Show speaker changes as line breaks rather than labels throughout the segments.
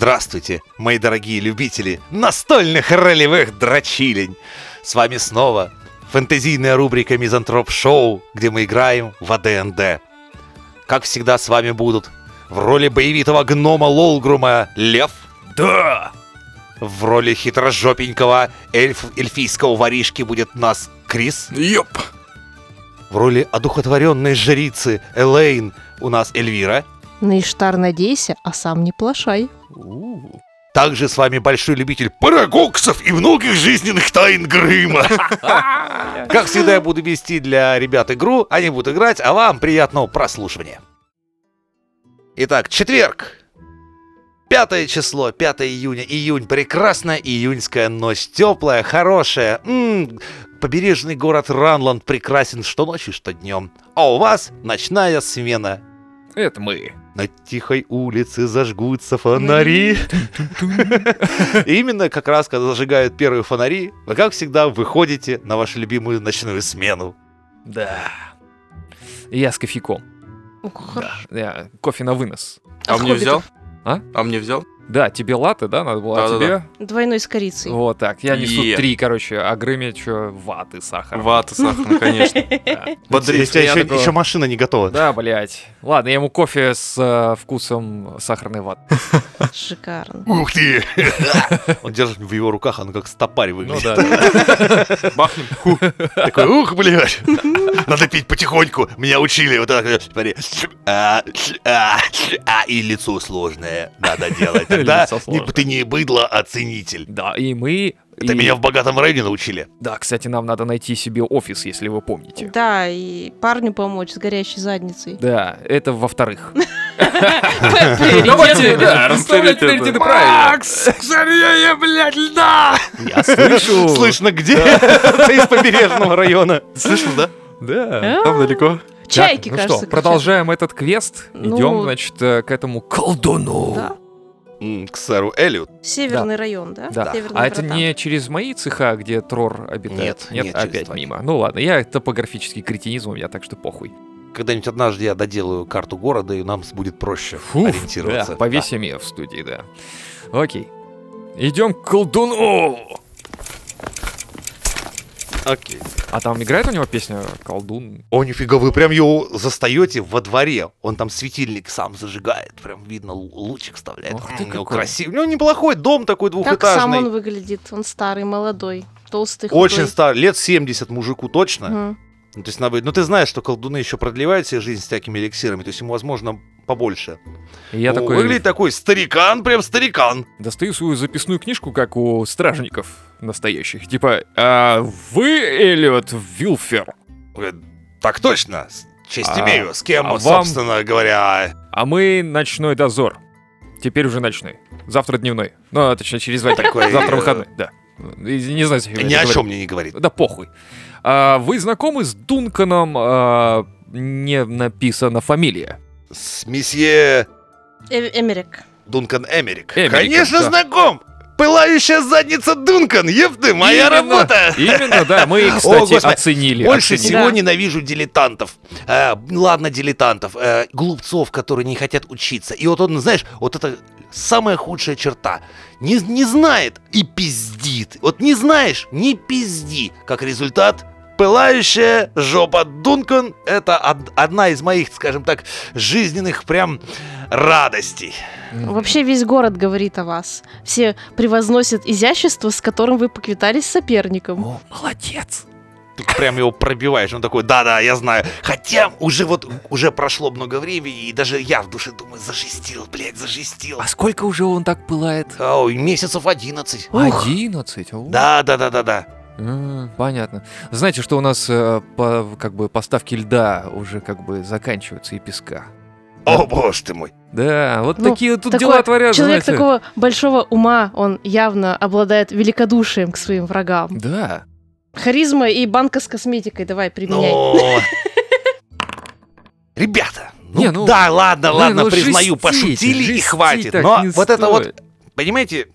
Здравствуйте, мои дорогие любители настольных ролевых дрочилень! С вами снова фэнтезийная рубрика Мизантроп Шоу, где мы играем в А АДНД. Как всегда с вами будут в роли боевитого гнома Лолгрума Лев. Да! В роли хитрожопенького эльф, эльфийского воришки будет нас Крис.
Ёп!
В роли одухотворенной жрицы Элейн у нас Эльвира.
На Иштар надейся, а сам не плашай.
Также с вами большой любитель парагоксов и многих жизненных тайн Грыма. Как всегда, я буду вести для ребят игру, они будут играть, а вам приятного прослушивания. Итак, четверг. Пятое число, 5 июня, июнь, прекрасная июньская ночь, теплая, хорошая. М, побережный город Ранланд прекрасен что ночью, что днем. А у вас ночная смена.
Это мы.
На тихой улице зажгутся фонари. И Именно как раз, когда зажигают первые фонари, вы, как всегда, выходите на вашу любимую ночную смену.
Да. Я с кофейком. Я кофе на вынос.
А мне взял?
А?
А мне взял?
Да, тебе латы, да, надо было, а
Да-да-да.
тебе?
Двойной с корицей.
Вот так. Я несу
Е.
три, короче, а Грыме чё, ваты сахар.
Вата, сахар, конечно. Бодрит
Ну, Если
меня
еще,
такого.
еще машина не готова.
Да, блядь. Ладно, я ему кофе с э, вкусом сахарной ваты.
Шикарно.
Ух ты! Он держит в его руках, оно как стопарь
Ну
выглядит.
да.
Бахнем.
Такой, ух, блядь! Надо пить потихоньку. Меня учили вот так. вот, Смотри. А, а, а, и лицо сложное надо делать. Тогда
Лицо
не-
сложное.
ты не быдло, а ценитель.
Да, и мы...
Это
и-
меня в богатом районе научили.
Да, кстати, нам надо найти себе офис, если вы помните.
Да, и парню помочь с горящей задницей.
Да, это во-вторых.
Давайте, да, расставлять приоритеты правильно.
Жарея, блядь, льда!
Я слышу. Слышно где? Ты из побережного района. Слышал, да?
Да.
А?
далеко.
Чайки,
ну
кажется.
что, продолжаем этот квест.
Ну-
Идем, значит, э, к этому колдуну.
кричат.
М, К сэру Эллиот.
Да. Северный район, да?
Да.
Северные
А это
врата.
не через мои цеха, где Трор обитает?
Нет, нет, через
опять
твои.
мимо. Ну ладно, я топографический кретинизм у меня, так что похуй.
Когда-нибудь однажды я доделаю карту города, и нам будет проще ориентироваться.
да, повесим ее в студии, да. Окей. Идем к колдуну!
Да. Окей.
А там играет у него песня «Колдун»?
О, нифига, вы прям его застаете во дворе. Он там светильник сам зажигает. Прям видно, лу- лучик вставляет.
Ух ты,
М, ну,
какой.
красивый. Ну, неплохой дом такой
Как сам
двухэтажный.
он выглядит? Он старый, молодой, толстый, худой.
Очень старый, лет 70 мужику точно.
Мгм.
Ну, то есть, надо... будет- ну, ты знаешь, что колдуны еще продлевают себе жизнь с всякими эликсирами. То есть, ему, возможно, побольше.
И я
Ну,
такой
Выглядит такой старикан, прям старикан.
достаю свою записную книжку, как у стражников настоящих. Типа, «А вы, Эллиот Вилфер,
Говорит, Так точно. с- Честь
А-
имею. С кем,
а вам-
собственно говоря.
а мы ночной дозор. Теперь уже ночной. Завтра дневной. Ну, а, точнее, через два дня.
Такой,
Завтра
э,
выходной, да. И Не знаю, зачем я
Ни
это
о
говорю.
чем мне не говорит.
Да похуй. А, вы знакомы с Дунканом? а, не написана фамилия.
С месье...
Э- Эмерик.
Дункан Эмерик.
Эмерик,
Конечно,
да.
знаком! Пылающая задница Дункан, ты, моя
Именно,
работа!
Именно, да. Мы их,
О,
кстати,
господи.
оценили.
Больше
оценили.
всего
Да.
ненавижу дилетантов. Э, ладно, дилетантов. э, глупцов, которые не хотят учиться. И вот он, знаешь, вот это самая худшая черта. Не, не знает и пиздит. Вот не знаешь, не пизди. Как результат, пылающая жопа Дункан — это од- одна из моих, скажем так, жизненных прям радостей.
Мгм.
Вообще весь город говорит о вас. Все превозносят изящество, с которым вы поквитались с соперником.
О, молодец.
Ты прям его пробиваешь. Он такой, да-да, я знаю. Хотя уже вот, уже прошло много времени, и даже я в душе думаю, зажестил, блядь, зажестил.
А сколько уже он так пылает?
Ой, месяцев 11.
Ух.
Одиннадцать. о.
Да-да-да-да-да.
М, Понятно. Знаете, что у нас э, по- как бы поставки льда уже как бы заканчиваются и песка.
О, боже ты мой.
Да, вот
Ну,
такие тут
такой
дела творятся.
Человек
знаете.
такого большого ума, он явно обладает великодушием к своим врагам.
Да.
Харизма и банка с косметикой давай применяй.
Ну... Ребята, ну,
Не, ну,
да, ладно,
Блин,
ладно,
ну
признаю,
жестите,
пошутили и
жестить
хватит.
так
Но
не
вот это вот,
стоит.
понимаете,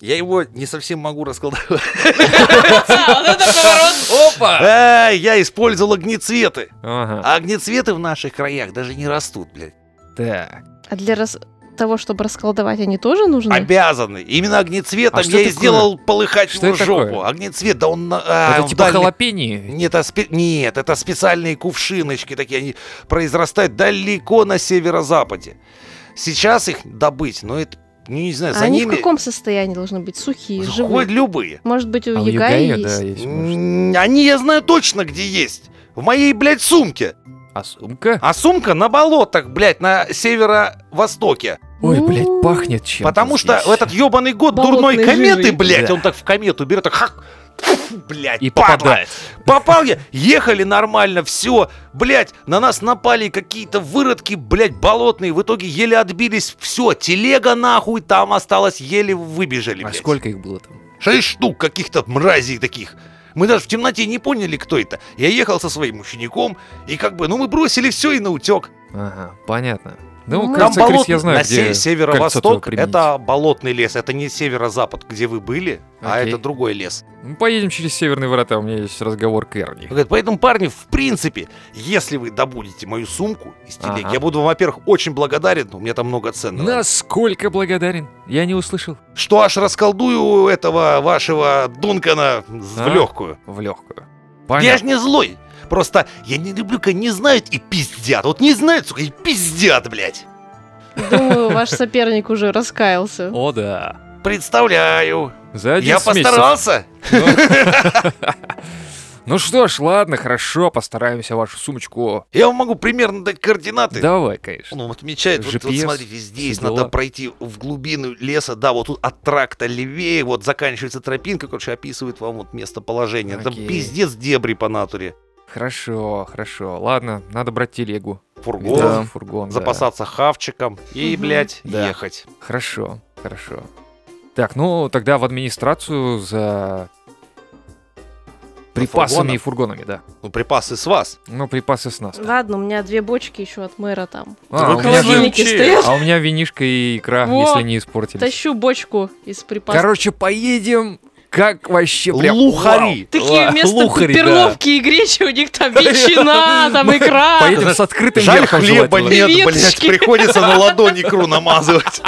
я его не совсем могу расколдовать.
Опа!
Э, Я использовал огнецветы.
Ага.
А огнецветы в наших краях даже не растут, блядь.
Так.
А для рас... того, чтобы расколдовать, они тоже нужны?
Обязаны. Именно огнецветом
А что
я и
такое?
сделал полыхать
Что
в
это
жопу.
такое?
Огнецвет, да он... на- а,
это
он
типа
дальних-
халапеньи.
Нет, а спе- Нет, это специальные кувшиночки такие, они произрастают далеко на северо-западе. Сейчас их добыть, но это, ну, не знаю,
А
за
они в
ними
каком состоянии должны быть? Сухие, живые?
хоть любые.
Может быть, у
А у
Ягая
Ягая, да,
есть?
есть. может.
М, Они, я знаю точно, где есть. В моей, блядь, сумке.
А сумка?
А сумка на болотах, блядь, на северо-востоке.
Ой,
Ну,
блядь, пахнет чем-то
Потому что
здесь.
в этот ебаный год
Болотной
дурной кометы,
жижей.
блядь,
Да.
он так в комету берет, так хак, пф, блядь,
И
падла.
попадает.
Попал я, ехали нормально, все, блядь, на нас напали какие-то выродки, блядь, болотные, в итоге еле отбились, все, телега нахуй там осталась, еле выбежали,
А
блядь.
сколько их было там?
Шесть штук каких-то мразей таких. Мы даже в темноте не поняли, кто это. Я ехал со своим учеником, и как бы, ну мы бросили все и наутек.
Ага, понятно.
Ну,
Ну,
Там
кажется, Крис,
болот
я знаю,
на се-
где кольцо-то
северо-восток,
применить.
это болотный лес, это не северо-запад, где вы были, а
Окей.
это другой лес.
Ну, поедем через Северные ворота, у меня есть разговор к Эрни.
Он говорит, поэтому, парни, в принципе, если вы добудете мою сумку из телеги,
Ага.
я буду вам, во-первых, очень благодарен, у меня там много ценного,
Насколько благодарен? Я не услышал.
что аж расколдую этого вашего Дункана в
А?
легкую.
В легкую.
Я же не злой, просто я не люблю, когда не знают и пиздят. Вот не знают, сука, и пиздят, блядь.
Думаю, ваш соперник уже раскаялся.
О, да.
Представляю.
За
я
11 месяцев.
постарался.
Ну что ж, ладно, хорошо, постараемся вашу сумочку.
Я вам могу примерно дать координаты.
Давай, конечно.
Ну, Он вам отмечает, вот, вот
GPS,
смотрите, здесь
все дела.
надо пройти в глубину леса, да, вот тут от тракта левее, вот заканчивается тропинка, короче, описывает вам вот местоположение. Там
Окей.
пиздец дебри по натуре.
Хорошо, хорошо. Ладно, надо брать телегу.
Фургон,
Да, фургон. да.
запасаться хавчиком и,
Мгм.
блядь,
Да.
ехать.
Хорошо, хорошо. Так, ну тогда в администрацию за припасами и фургонами, да.
Ну, припасы с вас.
Ну, припасы с нас.
Ладно, у меня две бочки еще от мэра там.
А,
Вы
у меня же-
Холодильники стоят.
а у меня винишка и икра,
Во.
если не испортились.
Тащу бочку из припасов.
Короче, поедем. Как вообще прям.
Лухари.
Такие
Ла-
вместо
а, лухари, да.
перловки и гречи у них там ветчина, там
Вау.
икра.
Поедем с открытым
Жаль,
верхом
хлеба
желательно.
нет, блядь,
Креветочки.
приходится на ладони икру намазывать.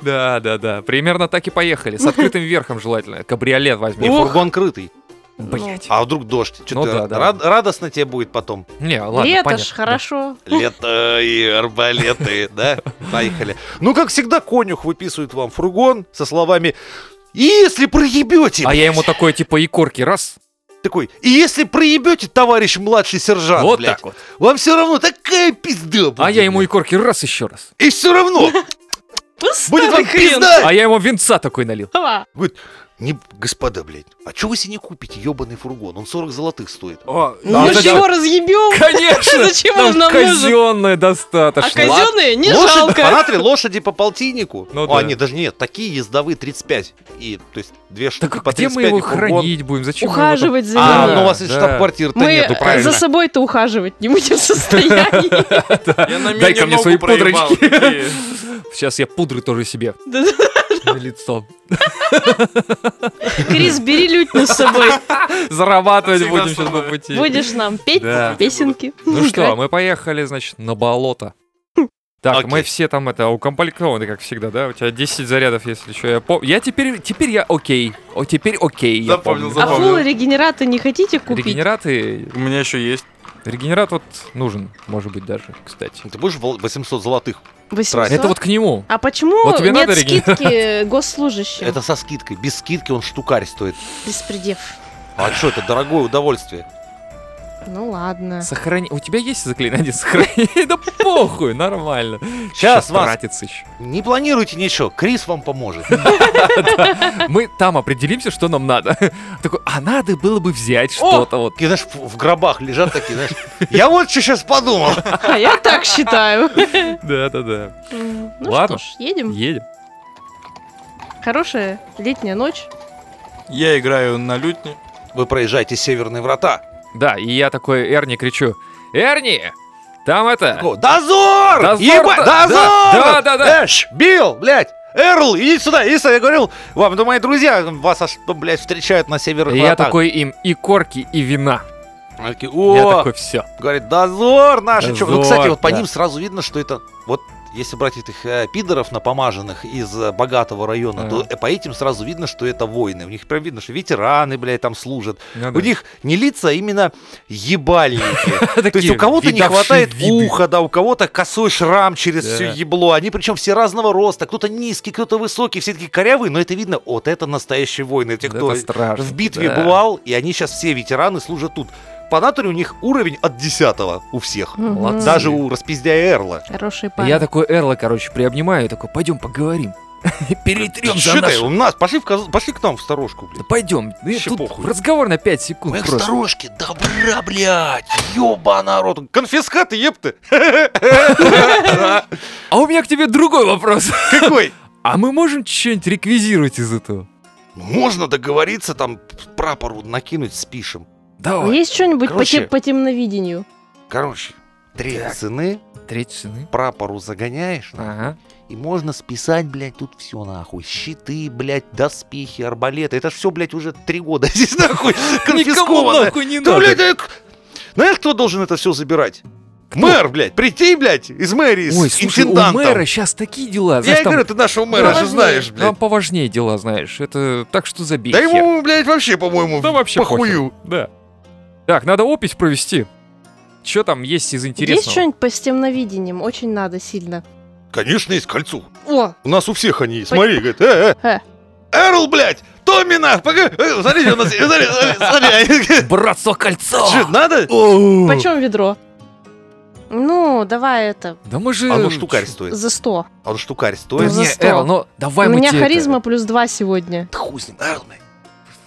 Да, да, да. Примерно так и поехали. С открытым верхом желательно. Кабриолет
И
возьмем.
фургон крытый.
Блять.
А вдруг дождь? Чё
Ну
ты,
да, да.
рад- радостно тебе будет потом.
Не, ладно,
Лето
понятно.
ж, хорошо.
Лето и арбалеты, да? Поехали. Ну, как всегда, конюх выписывает вам фургон со словами «Если проебете!»
А я ему такое, типа, и корки раз.
такой «И если проебете, товарищ младший сержант,
вот
блядь,
так вот.
вам все равно такая пизда будет,
А я ему и
блядь.
корки раз еще раз.
И все равно
Ну, старый
будет вам
хрен.
пизда!»
А я ему венца такой налил.
Ха.
Не, господа, блядь, а чего вы себе не купите ебаный фургон? Он 40 золотых стоит.
О,
Ну мы ж его разъебем,
Конечно!
Зачем
нам
он нам нужен?
казенное
а
достаточно.
казенные не
Лошадь-
жалко.
Понатри, лошади по полтиннику.
Ну
Ну,
да.
а, нет, даже нет, такие ездовые 35. И, то есть, две штуки
Так а
по
где мы
35
его
и фургон.
хранить будем? Зачем мы его там-
Ухаживать за
А,
Да,
ну у
ним.
вас и
да. ну,
штаб-квартиры-то
Мы
нету,
э,
правильно.
за собой-то ухаживать не будем в состоянии.
Я на
Дай ко мне
ногу
свои
проебал,
пудрочки.
такие.
Сейчас я пудры тоже себе
Да-да.
на лицо.
Крис, бери лютню с собой.
Зарабатывать
Всегда
будем
с
сейчас по
собой.
пути.
Будешь нам петь
Да.
песенки.
Ну что,
Играть.
мы поехали, значит, на болото. Так,
Окей.
мы все там это укомплектованы, как всегда, да? У тебя 10 зарядов, если что. Я пом... Я теперь, теперь я окей. О, теперь окей. я
Запомнил,
помню.
А
запомнил.
фулы регенераты не хотите А купить?
Регенераты...
У меня еще есть.
Регенерат вот нужен, может быть, даже, кстати.
Ты будешь вол- 800 золотых?
800?
Это вот к нему.
А почему
Вот тебе
нет
надо регенерат?
скидки госслужащим?
Это со скидкой. Без скидки он штукарь стоит.
Беспредев.
А что, это дорогое удовольствие.
Ну ладно.
Сохрани... У тебя есть заклинание сохранения? Да похуй, нормально.
Сейчас
Чё
вас-
тратиться ещё?
Не планируйте ничего, Крис вам поможет.
Мы там определимся, что нам надо. Такой, а надо было бы взять что-то вот.
Такие, знаешь, в в гробах лежат такие, знаешь. Я вот что сейчас подумал.
А я так считаю.
Да-да-да.
Ну
Ладно.
что ж, едем.
Едем.
Хорошая летняя ночь.
Я играю на лютне.
Вы проезжаете северные врата.
Да, и я такой Эрни кричу, Эрни, там это...
Такого, Дозор!
Дозор!
Еба-
Да, да,
Дозор!
да, да.
Эш, Билл, блядь! Эрл, иди сюда, иди сюда, я говорил вам, это мои друзья, вас, аж, блядь, встречают на северных
И я
вратах.
такой им и корки, и вина.
Они такие,
Я
«О,
такой, все.
Говорит, дозор наши. чё». Ну,
Дозор,
кстати, вот по
да.
ним сразу видно, что это вот Если брать этих э, пидоров напомаженных из э, богатого района, то э, по этим сразу видно, что это воины. У них прям видно, что ветераны, блядь, там служат.
Ну да.
У них не лица, а именно ебальники. То есть
Такие
у кого-то не
видавшие
хватает
виды.
уха, да, у кого-то косой шрам через
Да.
все ебло. Они причем все разного роста. Кто-то низкий, кто-то высокий, все такие корявые, но это видно, вот это настоящие воины. Те,
Вот
кто
это страшно,
в битве
да.
бывал, и они сейчас все ветераны служат тут. По натуре у них уровень от 10 у всех.
Молодцы.
Даже у распиздяя Эрла.
Хорошие парни.
Я такой Эрла, короче, приобнимаю, и такой, пойдем поговорим. Перетрем за
Что ты?
нашу.
У нас пошли, в коз- пошли к нам в сторожку, блядь.
Да Пойдем. Ну, я
Вообще
тут
похуй.
разговор на 5 секунд
Мы в
просто.
сторожке добра, блядь, ёба народ. Конфискаты, епты.
А у меня к тебе другой вопрос.
Какой?
А мы можем что-нибудь реквизировать из этого?
Можно договориться, там прапору накинуть, спишем.
А
Давай.
Есть что-нибудь по,
Короче.
тем- по темновидению?
Короче, три
Так.
цены,
Треть цены.
прапору загоняешь,
Ага.
и можно списать, блядь, тут все нахуй. Щиты, блядь, доспехи, арбалеты. Это все, блядь, уже три года здесь нахуй
Никому
конфисковано.
нахуй не
Да,
надо.
блядь, э, к- знаешь, кто должен это все забирать? Мэр, блядь, прийти, блядь, из мэрии,
Ой,
с
слушай, у мэра
интендантом.
сейчас такие дела.
Я
знаешь,
и
там-
говорю, ты нашего мэра же
Важнее.
знаешь,
Там
блядь.
поважнее дела, знаешь. Это так что забей.
Да
хер.
ему, блядь, вообще, по-моему,
Да вообще
похую.
Да. Так, надо опись провести. Что там есть из
Есть
интересного?
что-нибудь по с темновидением? Очень надо сильно.
Конечно, есть кольцо.
О,
У нас у всех они есть.
Пон-
Смотри, говорит, э, э.
Э.
Эрл, блядь, Томина, пока, э, смотрите, у нас, э, смотри, смотри, смотри, а я говорю,
Братство кольцо!
«Чё, надо?
почем ведро? Ну, давай это,
Да мы же...
Оно штукарь стоит.
за 100.
Он А штукарь
Не,
Ну,
стоит.
за сто.
Эрл, ну давай
У
мы
меня
тебе это-
харизма плюс 2 сегодня.
Да хуй с ним, Эрл, блядь.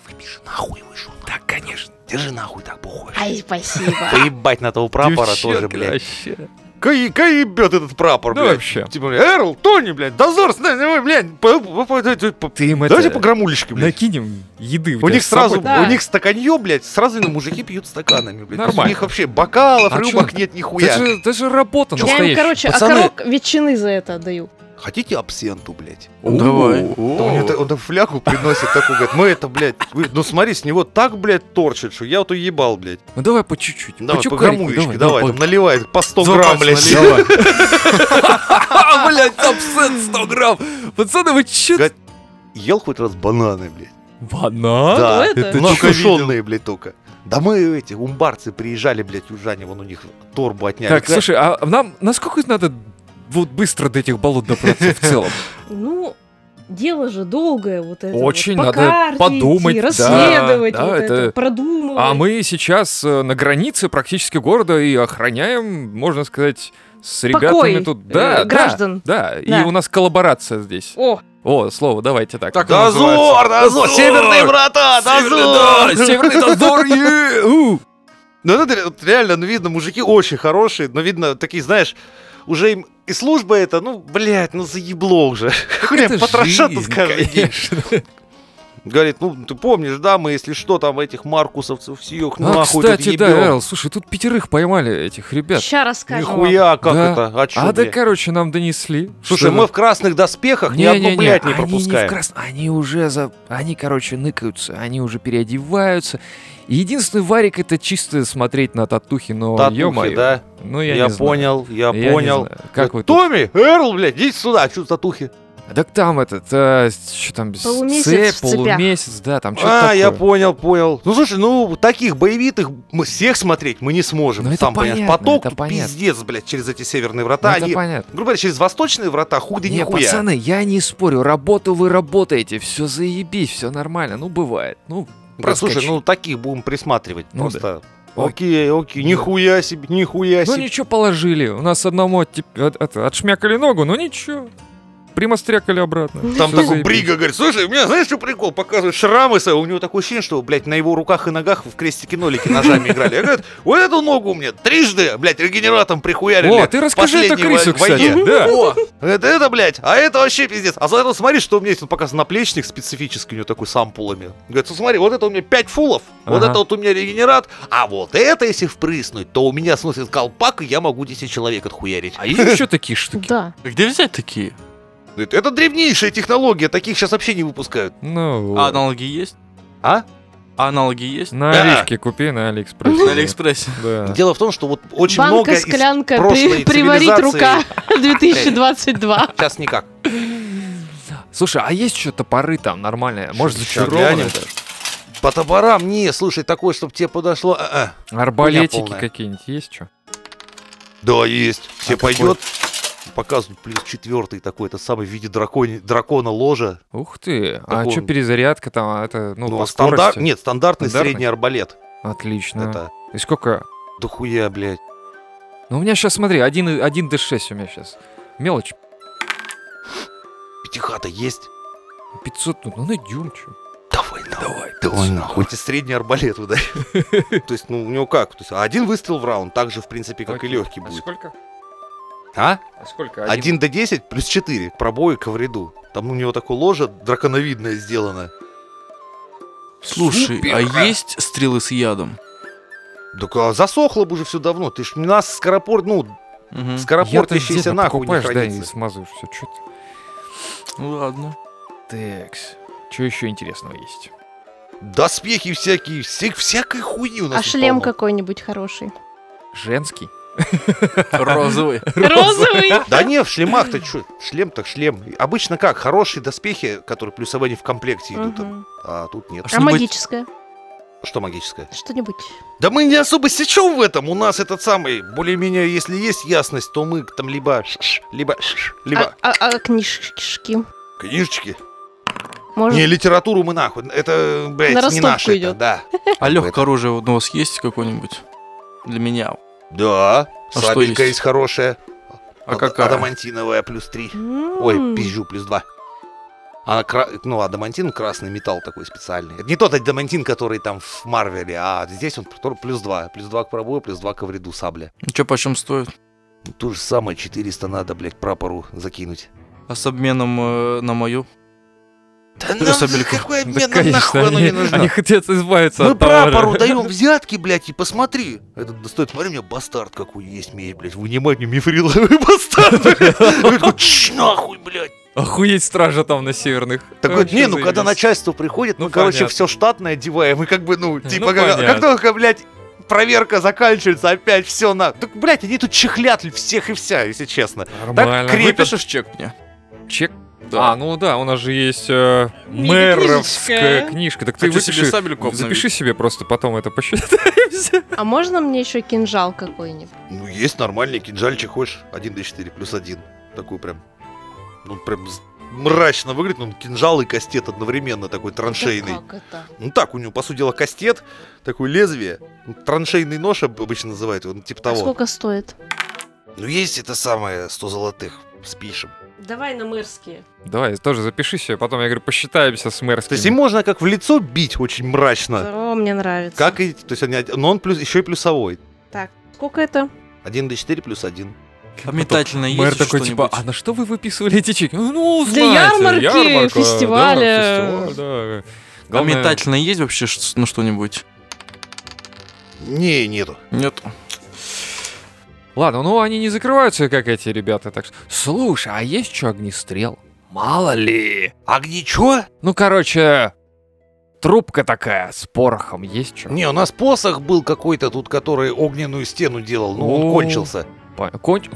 Выпиши нахуй его еще.
Так, конечно.
Держи нахуй так, похуй.
Ай, спасибо.
Поебать на того прапора тоже,
Девчонка,
блядь.
вообще.
Каебет этот прапор,
Да
блядь.
вообще.
Типа, Эрл, Тони, блядь, дозор, с нами, блядь. по- по- по- по-
Ты им
Давайте
это,
по грамулечке, блядь.
Накинем еды.
У
тебя
них
с собой.
сразу,
Да.
у них стаканье, блядь, сразу на мужики пьют стаканами, блядь. То есть У
Нормально.
них вообще бокалов,
А чё?
рюмок нет нихуя.
Это же, это же работа
Я им,
настоящая.
короче,
Пацаны.
окорок ветчины за это отдаю.
Хотите абсенту, блядь?
О,
Давай.
Да он, это, он это флягу приносит такую, говорит, мы это, блядь, вы- ну смотри, с него так, блядь, торчит, что я вот уебал, блядь.
Ну давай по чуть-чуть. ну
Давай, по
чукарику,
грамулечке, давай, там
по-
наливает по 100
За
грамм,
пальцы
блядь.
налей.
Давай.
А, блядь, абсент 100 грамм. Пацаны, вы
Га-
че?
Ел хоть раз бананы, блядь.
Банан?
Да,
А это?
это
Ну, только
сушеные, блядь, только. Да мы эти, умбарцы приезжали, блядь, южане, вон у них торбу отняли.
Так, слушай, а нам насколько надо вот быстро до этих болот добраться в целом?
Ну, дело же долгое вот это.
Очень
вот. По
надо
карте
подумать,
идти,
да,
расследовать,
да,
вот это,
это-
продумывать.
А мы сейчас э, на границе практически города и охраняем, можно сказать, с ребятами
Покой,
тут.
э,
Да, да,
граждан.
Да, и
Да.
у нас коллаборация здесь.
О,
О, слово, давайте так.
Так, оно
Дозор, дозор,
Дозор!
северные врата, дозор!
Северный, да, северный дозор! е, у.
Ну, это вот реально, ну, видно, мужики очень хорошие, но видно, такие, знаешь, уже им и служба это, ну, блядь, ну заебло уже. Хрен
Это
потрошат тут
жизнь,
каждый день.
конечно.
Говорит, ну, ты помнишь, да, мы, если что, там этих маркусовцев всех
А,
нахуй тут
кстати, да,
ебём».
Эрл, слушай, тут пятерых поймали этих ребят.
ща расскажем вам.
Нихуя, как
Да.
это? А чё,
А, да,
блядь?
короче, нам донесли.
Слушай,
что-
мы в красных доспехах ни одну, блядь, не
они в
пропускаем.
крас- Они уже за... Они, короче, ныкаются, они уже переодеваются. И единственный варик это чисто смотреть на татухи, но
Татухи,
ё-моё.
да?
Ну, я,
Я
не знаю.
понял, я
Я не
понял.
знаю. Как вы тут?
Томми, Эрл, блядь, иди сюда, что татухи?
Так там этот, а, что там, с-
Полумесяц
цепь,
в цепях.
полумесяц, да, там что-то
а,
Ну, такое.
я понял, понял. Ну слушай, ну таких боевитых мы всех смотреть мы не сможем.
Ну, это
Сам понимаешь,
понятно,
поток
это
тут
понятно.
пиздец, блядь, через эти северные
Ну,
врата.
это
они, грубо
понятно.
говоря, через восточные врата худы
Не,
нихуя.
пацаны, я не спорю, работу вы работаете, все заебись, все нормально, ну бывает, ну
Да, слушай, ну таких будем присматривать.
Ну
просто.
да.
Окей, окей,
Да.
нихуя себе, нихуя
Ну
себе.
ничего, положили. У нас одному оттеп- от- от- отшмякали ногу, но ничего. Примострякали обратно.
Там
Всё
такой
заебись.
брига говорит, слушай, у меня, знаешь, что прикол? Показывает шрамы свои, у него такое ощущение, что, блядь, на его руках и ногах в крестике-нолике ножами играли. Я говорю, вот эту ногу мне трижды, блядь, регенератором прихуярили.
О, ты расскажи это
Последней
Крису,
вой- войне.
кстати. Да.
О, это, это, блядь, а это вообще пиздец. А заодно смотри, что у меня есть. Он показывает наплечник специфический, у него такой с ампулами. Говорит, «Ну, смотри, вот это у меня 5 фулов, вот
Ага.
это вот у меня регенерат, а вот это, если впрыснуть, то у меня сносит колпак, и я могу 10 человек отхуярить.
А есть еще такие штуки?
Да.
Где взять такие?
Говорит, это древнейшая технология, таких сейчас вообще не выпускают.
Ну,
А аналоги есть?
А?
А аналоги есть?
На
Да.
Алишке купи, на Алиэкспрессе.
На Алиэкспрессе.
Да.
Дело в том, что вот очень много
Банка,
из
склянка,
прошлой
при- приварить
цивилизации-
рука 2022.
Сейчас никак.
Слушай, а есть что топоры там нормальные? Может,
Щас
зачарованные?
глянем. По топорам не, слушай, такое, чтобы тебе подошло. а, а-а. Хуйня
Арбалетики
полная.
какие-нибудь есть что?
Да, есть. Все
А какой?
пойдет. Показывают плюс четвертый такой, это самый в виде дракони- дракона ложа.
Ух ты, а
Такого-
что перезарядка там, а это, ну,
Ну,
по
а стандар-
скорости?
Нет, стандартный,
Стандартный?
средний арбалет.
Отлично.
Это
И сколько?
дохуя, блядь.
Ну, у меня сейчас, смотри, 1, 1d6 у меня сейчас. Мелочь.
Пятихата есть?
500, ну, ну, на дюйм, чё.
Давай, давай. Давай, нахуй. Тебе средний арбалет ударь. То есть, ну, у него как? То есть, один выстрел в раунд, так же, в принципе, как и легкий
А
будет.
сколько?
А?
А сколько?
1 до 10 плюс 4 к пробою и ко вреду. Там у него такое ложе драконовидное сделано.
Слушай, а
Супер.
есть стрелы с ядом?
Так а засохло бы уже все давно. Ты ж нас скоропор... Ну,
Мгм.
скоропортящийся нахуй не
покупаешь, да, и
хранится.
смазываешь все, что ты.
Ну ладно.
Текс. Что еще интересного есть?
Доспехи всякие, вся- всякой хуйни у нас.
А
тут
шлем
полно.
какой-нибудь хороший.
Женский?
Розовый.
Розовый.
Да не, в шлемах-то что? Шлем так шлем. И Обычно как? Хорошие доспехи, которые плюсовые они в комплекте идут. там.
Мгм.
А тут нет.
А
А
что-нибудь-
магическое?
Что магическое?
Что-нибудь.
Да мы не особо сечем в этом. У нас этот самый, более-менее, если есть ясность, то мы там либо... Либо... Либо...
А- А а книжки?
Книжечки. Не,
А Может,
литературу мы нахуй. Это, блядь,
На
не
растопку
наше. это,
идет.
да.
А легкое оружие у вас есть какое-нибудь? Для меня. А
Да.
что
Слабенькая
есть?
есть хорошая.
А
Ад-
какая?
Адамантиновая плюс 3.
м,
Ой, пизжу, плюс 2. Она кра- ну, адамантин, красный металл такой специальный. Это не тот адамантин, который там в Марвеле, а здесь он тор- плюс 2. Плюс 2 к пробою, плюс 2 к вреду сабля. Ну,
Че почем стоит?
То же самое, 400 надо, блядь, прапору закинуть.
А с обменом э, на мою?
Да
Плюс сабельку.
какой
Да,
обмен, нам
конечно,
нахуй оно
Ну, они,
не нужно?
они хотят избавиться
Мы
от товара.
прапору даем взятки, блядь, и посмотри. Этот достает, смотри, у меня бастард какой есть меч, блядь. Вынимает мне мифриловый бастард. блядь. Такой, «Чш, нахуй, блядь.
Охуеть стража там на северных. Э,
Так
Вообще
вот, не, ну когда
заебись.
начальство приходит,
Ну,
мы, короче,
понятно.
все штатное одеваем, и как бы, ну, типа,
ну,
как, как
понятно.
только, блядь, проверка заканчивается, опять все на... Так, блядь, они тут чехлят всех и вся, если честно.
Нормально.
крепят.
Выпишешь чек мне?
Чек.
Да.
А, ну да, у нас же есть э, мэровская
книжечка.
книжка. Так ты
Ты себе
выпиши,
сабельку обновить.
запиши себе просто, потом это посчитаемся.
А можно мне еще кинжал какой-нибудь?
Ну, есть нормальный кинжальчик, хочешь, 1d4 плюс 1. Такой прям, ну, прям з- мрачно выглядит, ну, кинжал и кастет одновременно, такой траншейный.
Да как это?
Ну так, у него, по сути дела, кастет, такое лезвие, ну, траншейный нож об- обычно называют, он типа
А
того.
сколько стоит?
Ну есть это самое 100 золотых, спишем.
Давай на мэрские.
Давай, тоже запиши себе, потом, я говорю, посчитаемся с мэрским.
То есть им можно как в лицо бить очень мрачно.
О, мне нравится.
Как и... То есть они... од- Но он плюс, еще и плюсовой.
Так, сколько это?
1 до 4 плюс 1.
А метательно есть
Мэр такой, типа,
что-нибудь?
а на что вы выписывали эти чеки? Ну, Ну,
Для
знаете,
ярмарки,
ярмарка, да,
фестиваля.
фестиваль, да.
А
Главное-
метательно есть вообще ш- на что-нибудь?
Не, нету.
Нет.
Ладно, ну они не закрываются, как эти ребята. Так что... Слушай, а есть что огнестрел? Мало ли.
Огни А чё?
Ну, короче, трубка такая с порохом есть что?
Не, у нас посох был какой-то тут, который огненную стену делал, но он
О.
кончился.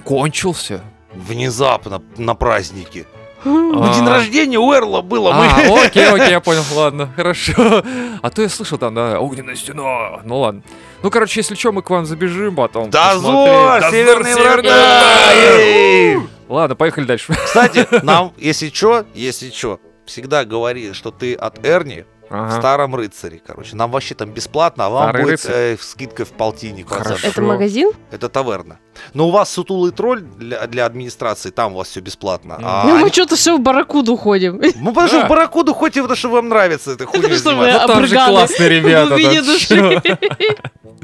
кончился.
Внезапно, на празднике.
Хм,
Ну,
А.
день рождения у Эрла было, мы...
А, окей, окей, я понял, ладно, хорошо. А то я слышал там, да, огненная стена. Ну ладно. Ну, короче, если что, мы к вам забежим потом.
Дозор!
посмотреть.
Северные
северные
врата!
врата!
Эй!
Ладно, поехали дальше.
Кстати, нам, если чё, если чё, всегда говори, что ты от Эрни, в
Ага.
старом рыцаре, короче. Нам вообще там бесплатно, а вам
Старый
будет
рыцарь.
э, скидка в полтинник.
Хорошо.
процентов.
Это магазин?
Это таверна. Но у вас сутулый тролль для, для администрации, там у вас все бесплатно. А
Ну, мы
они-
что-то все в баракуду ходим.
Ну, потому что
Да.
в баракуду хоть и потому что вам нравится эта хуйня.
что вы
заниматься.
Ну, там же
Обрыганы.
классные ребята.
В глубине
да, чё.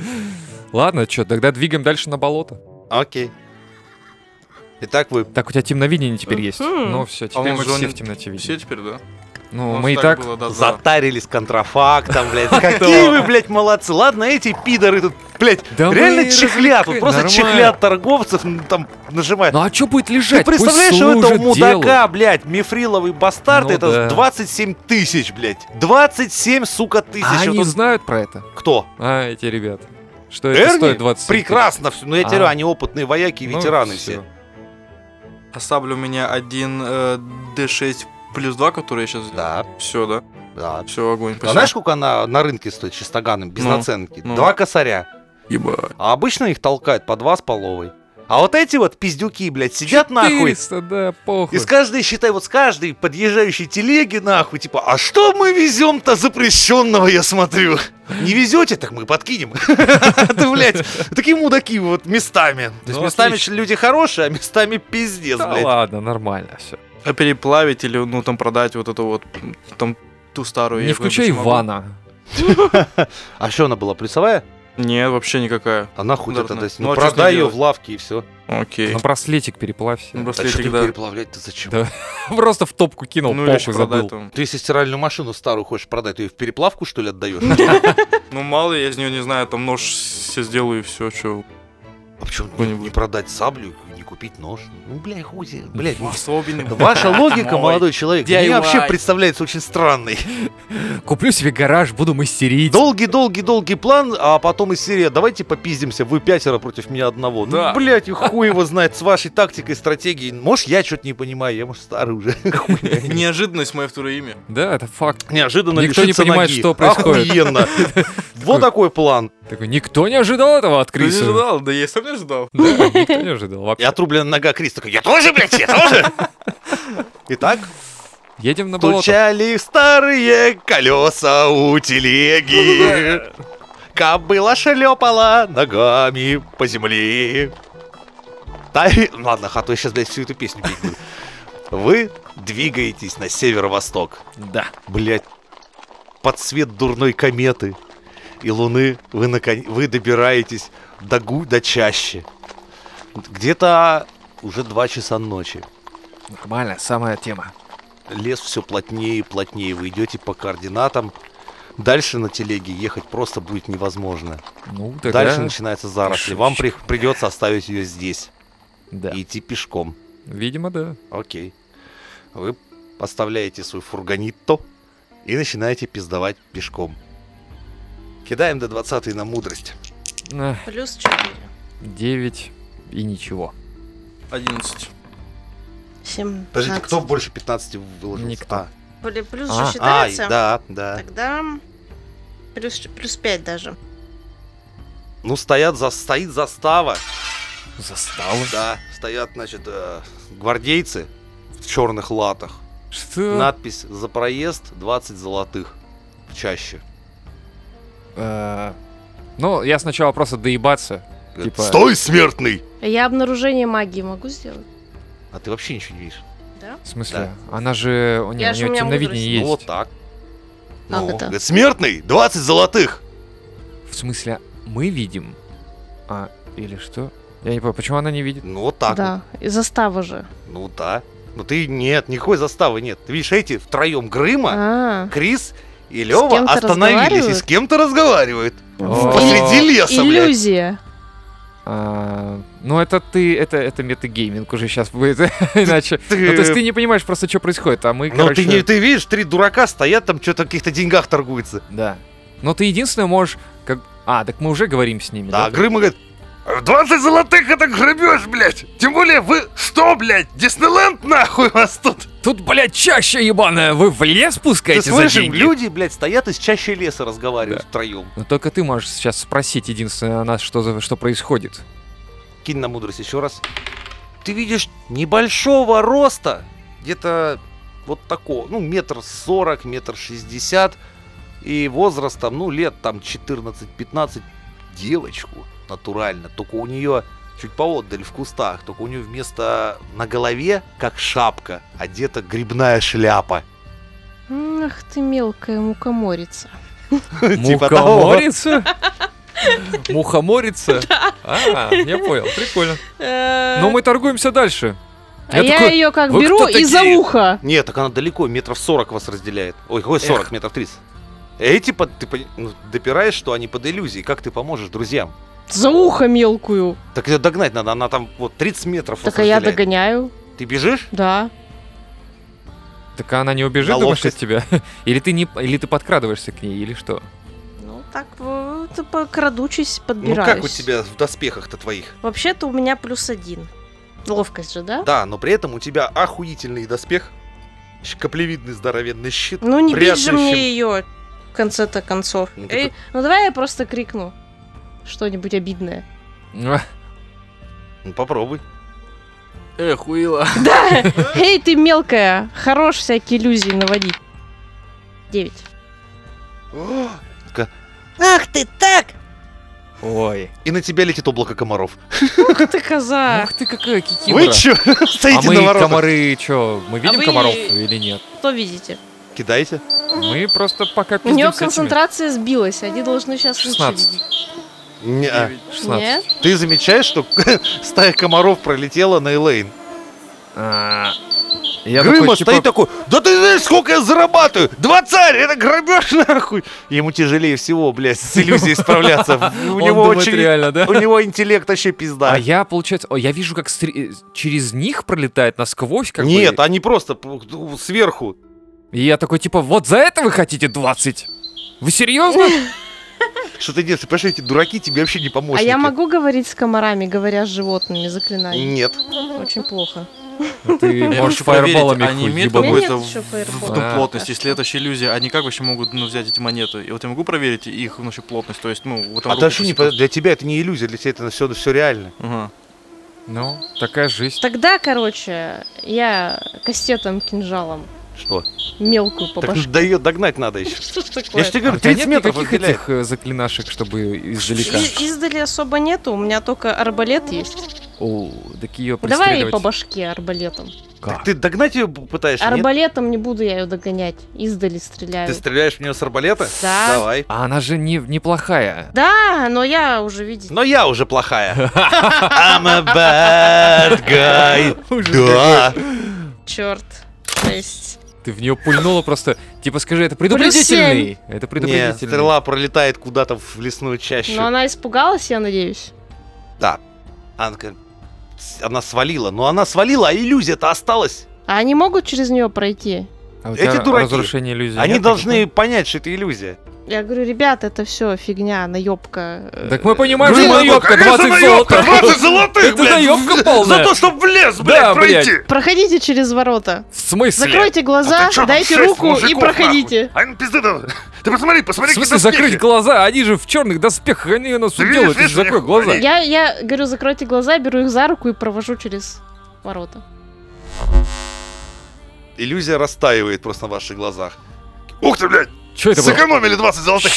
Ладно, что, тогда двигаем дальше на болото.
А, Окей. Итак, вы
Так, у тебя темновидение теперь есть.
Мгм.
Ну все,
А
Хм.
теперь
он
мы
же он-
все в темноте видим.
Все теперь, да?
Ну,
У нас
мы и так...
было, да, да.
Затарились контрафактом, блядь. Какие вы, блядь, молодцы. Ладно, эти пидоры тут, блядь,
Да мы
реально чехлят.
развлекаем,
Вот просто
нормально.
чехлят торговцев, ну, там, нажимают.
Ну а что будет
Ты
лежать? Пусть
представляешь, у этого
служит делу.
мудака, блядь, мифриловый бастард,
Ну
это
да.
27 тысяч, блядь. 27, сука, тысяч.
А
Вот
они
он-
знают про это?
Кто?
А, эти ребята. Что это
Эрни?
стоит Ну, 20
Прекрасно все. Ну, я
А.
тебе говорю, они опытные вояки, ветераны все.
А сабля у меня 1 D6 плюс 2, который я сейчас взял.
Да,
Все, да?
да.
Все, огонь.
А
Спасибо.
знаешь, сколько она на рынке стоит чистоганом, без
Ну,
наценки?
ну.
Два косаря.
Ебать.
А обычно их толкают по два с половой. А вот эти вот пиздюки, блядь, сидят нахуй.
400, да, похуй.
И с каждой, считай, вот с каждой подъезжающей телеги, нахуй, типа, а что мы везем-то запрещенного, я смотрю? Не везете, так мы подкинем. Это, блядь, такие мудаки вот местами. То есть
Ну,
местами
отлично.
люди хорошие, а местами пиздец,
Да
блядь.
ладно, нормально все.
А переплавить или, ну, там продать вот эту вот, м, там, ту старую. я
Не
её выбросить
включай
могу?
Ивана.
А что она была, плюсовая?
Нет, вообще никакая.
А нахуй это
Стандартная.
то есть,
Ну,
Ну,
а чё с ней
продай ее
делать?
в лавке и все.
Окей.
На браслетик переплавься.
Ну,
А что
Браслетик,
ты
да.
переплавлять-то зачем?
Да.
Ну.
Просто в топку кинул,
Ну, или ещё
похуй,
продать
забыл.
там.
Ты если стиральную машину старую хочешь продать, ты ее в переплавку, что ли, отдаешь?
Ну, мало ли, я из нее не знаю, там нож все сделаю и все, что.
А почему не,
Какой-нибудь.
не продать саблю, не купить нож? Ну, бля, хуй тебе, блядь.
А,
ну,
Особенный.
Ваша логика,
Мой.
молодой человек,
DIY.
мне вообще представляется очень странной.
Куплю себе гараж, буду мастерить.
Долгий-долгий-долгий план, а потом из серии «Давайте попиздимся, вы пятеро против меня одного».
Да.
Ну, блядь, и хуй его знает с вашей тактикой, стратегией. Может, я что-то не понимаю, я, может, старый уже.
Неожиданность мое второе имя.
Да, это факт.
Неожиданно
Никто не
лишиться
понимает,
ноги.
что происходит.
Охуенно. Вот такой план.
Такой, никто не ожидал этого от
Ты Ну, не
Криса.
ожидал? Да я и сам не ожидал.
Да, никто не ожидал.
И
Вообще.
отрубленная нога Крис такой, я тоже, блядь, я тоже. Итак,
Едем на болото.
Стучали старые колеса у телеги. Кобыла шлепала ногами по земле. Тай- Ладно, а то я сейчас, блядь, всю эту песню петь буду. Вы двигаетесь на северо-восток.
Да.
Блять, под свет дурной кометы и луны вы, након- вы добираетесь до, гу... до чаще. Где-то уже два часа ночи.
Нормально, самая тема.
лес все плотнее и плотнее. Вы идете по координатам. Дальше на телеге ехать просто будет невозможно.
Ну, тогда...
Дальше начинается заросли.
Шучу.
Вам при- придется оставить ее здесь
Да.
и идти пешком.
Видимо, да.
Окей. Вы поставляете свой фургонитто и начинаете пиздовать пешком. Кидаем до 20 на мудрость.
Эх,
Плюс 4.
Девять и ничего.
11.
7.
Подождите, кто больше 15 выложил?
Никто.
А,
Плюс
А,
же
а,
а, и-
считается?
да, да.
Тогда плюс, плюс 5 даже.
Ну, стоят, за, стоит застава.
Застало.
Да, стоят, значит, э, гвардейцы в черных латах.
Что?
Надпись «За проезд 20 золотых». Чаще.
Э, Ну, я сначала просто доебаться. Типа-
«Стой, смертный!»
Я обнаружение магии могу сделать?
А ты вообще ничего не видишь.
В смысле? Она же... о, не,
Я
у
же-
нее
у меня
темновидение
Ну, вот
есть.
так.
Как
Ну,
А это?
говорит, «Смертный, 20 золотых!»
В смысле, мы видим? А, или что? Я не понимаю, почему она не видит?
Ну, вот так
да. И застава же.
вот. Ну, да. Ну, ты нет, никакой заставы нет. Ты видишь, эти втроем Грыма,
А.
Крис и
С
Лева
кем-то
остановились и с
разговаривают?
кем-то разговаривают.
О.
Посреди леса, блядь.
Иллюзия.
А, ну, это ты, это, это метагейминг уже сейчас будет, иначе.
Ты-
Ну, то есть ты не понимаешь просто, что происходит, а мы,
Ну, ты,
короче...
не, ты видишь, три дурака стоят там, что-то в каких-то деньгах торгуются.
Да. Но ты единственное можешь... Как... А, так мы уже говорим с ними,
Да,
да?
Грыма говорит, 20 золотых это грабеж, блядь! Тем более вы что, блядь, Диснейленд нахуй вас тут?
Тут, блядь, чаще ебаная, вы в лес
Ты
пускаете за
слышишь,
деньги?
люди, блядь, стоят из чаще леса разговаривают втроем.
Но Ну, только ты можешь сейчас спросить единственное у нас, что, за- что происходит.
Кинь на мудрость еще раз. Ты видишь небольшого роста, где-то вот такого, ну, метр сорок, метр шестьдесят, и возрастом, ну, лет там 14-15, девочку натурально, только у нее чуть поотдаль в кустах, только у нее вместо на голове, как шапка, одета грибная шляпа.
Ах ты мелкая мукоморица.
Типа того.
Мухоморица? Э,
А.
Мухоморица? А, я понял, прикольно. Но мы торгуемся дальше.
А
Ну, Я
я
такой,
ее как
«Вы
беру
кто
и за
такие?»
ухо.
Нет, так она далеко, метров 40 вас разделяет. Ой, ой 40, метров 30. Эти, под, ты пон- ну, допираешь, что они под иллюзией. Как ты поможешь друзьям?
За ухо мелкую.
Так ее догнать надо, она там вот 30 метров вас
Так а я
разделяет.
догоняю.
Ты бежишь?
Да.
Так она не убежит,
На
думаешь, от
ловкость.
тебя? Или ты, не, или ты подкрадываешься к ней, или что?
Ну, так вот, крадучись,
Ну
подбираюсь.
как у тебя в доспехах-то твоих?
Вообще-то у меня плюс один. Ловкость же, да?
Да, но при этом у тебя охуительный доспех, щ- каплевидный здоровенный щит.
Ну, не бить же
прячущим.
мне ее в конце-то концов.
Ну, ты
Эй, ну давай я просто крикну что-нибудь обидное.
Ну,
Ну попробуй.
Эх, хуила.
Эй, ты мелкая, хорош всякие иллюзии наводить. Девять.
Ах ты так!
Ой.
И на тебя летит облако комаров.
Ух ты, коза.
Ух ты, какая
Вы
кикимора.
чё,
А
стоите
мы
на воротах?
комары, что, мы видим
вы-
комаров или нет?
Что видите?
Кидайте.
Мы просто пока
У нее
пиздим с этими.
концентрация сбилась, они должны сейчас лучше
16.
видеть.
Неа.
16.
Нет?
а, Ты замечаешь, что стая комаров пролетела на Элейн?
А, Я
Грыма
такой, типа,
стоит такой, да ты знаешь, сколько я зарабатываю? Два царя, это грабеж нахуй. Ему тяжелее всего, блядь, с иллюзией справляться. У
он
него
думает
очень...
реально, да?
У него интеллект вообще пизда.
А я, получается, о, я вижу, как стри- э, через них пролетает насквозь, как
Нет,
бы.
они просто п- п- сверху.
И я такой, типа, вот за это вы хотите 20? Вы серьезно?
Что ты делаешь? Ты Понимаешь, эти дураки тебе вообще не помочь.
А я могу говорить с комарами, говоря с животными заклинаниями?
Нет.
А
Очень плохо.
Ну, Ты
Я
можешь
хочу проверить, а
фаербалами
они
их
имеют
уебануть.
У меня
Какой-то
нет еще
В
фаербола.
ну,
А.
плотность, если это еще иллюзия, они как вообще могут ну, взять эти монеты? И вот я могу проверить их ну, вообще плотность, то есть, ну, вот там
А
руку
ты вообще не... по- Для тебя это не иллюзия, для тебя это все, все реально.
Ага.
Ну, такая жизнь.
Тогда, короче, я кастетом, кинжалом
Что?
мелкую
Так ну,
попашу.
да её догнать надо еще.
Что ж
Я
такое?
же тебе
А
говорю,
у тебя
30
нет
метров
никаких
разделяет.
этих э, заклинашек, чтобы издалека?
И- Издали особо нету, у меня только арбалет есть.
О, так ее
Ну, Давай ей по
преследовать.
башке арбалетом.
Так ты догнать ее пытаешься, нет?
Арбалетом не буду я ее догонять. Издали стреляю.
Ты стреляешь в нее с арбалета?
Да.
Давай.
А она же не, неплохая.
Да, но я уже видел.
Но я уже плохая. I'm a bad guy. Да. Ну.
Черт. Шесть.
Ты в нее пульнула просто. Типа скажи, это предупредительный. Это
Нет,
предупредительный.
стрела пролетает куда-то в лесную чащу.
Но она испугалась, я надеюсь.
Да. Она, такая, «Тс, она свалила. Но она свалила, а иллюзия-то осталась.
А они могут через нее пройти?
А у
Эти
тебя
дураки.
Разрушение иллюзии.
Они
нет
должны понять, что это иллюзия.
Я говорю, ребят, это все фигня, наебка.
никакой? Так мы понимаем,
Грыма
что наебка,
такой, «Конечно,
20
наёбка,
золота.
20 золотых,
Это
блядь,
наёбка
За
полная.
то, что в лес,
Да,
блядь,
блядь.
пройти.
Проходите через ворота.
В смысле?
Закройте глаза,
А ты чё,
дайте
шесть
руку и
мужиков,
проходите.
нахуй? А ну пизды давай. Ты посмотри,
В
посмотри,
смысле
какие доспехи.
закрыть глаза? Они же в черных доспехах, они нас
Ты
уделают,
видишь, видишь,
если закрой
они-
глаза.
Я, я говорю, закройте глаза, беру их за руку и провожу через ворота.
Иллюзия растаивает просто на ваших глазах. Ух ты, блядь,
Че это было?
сэкономили 20 золотых.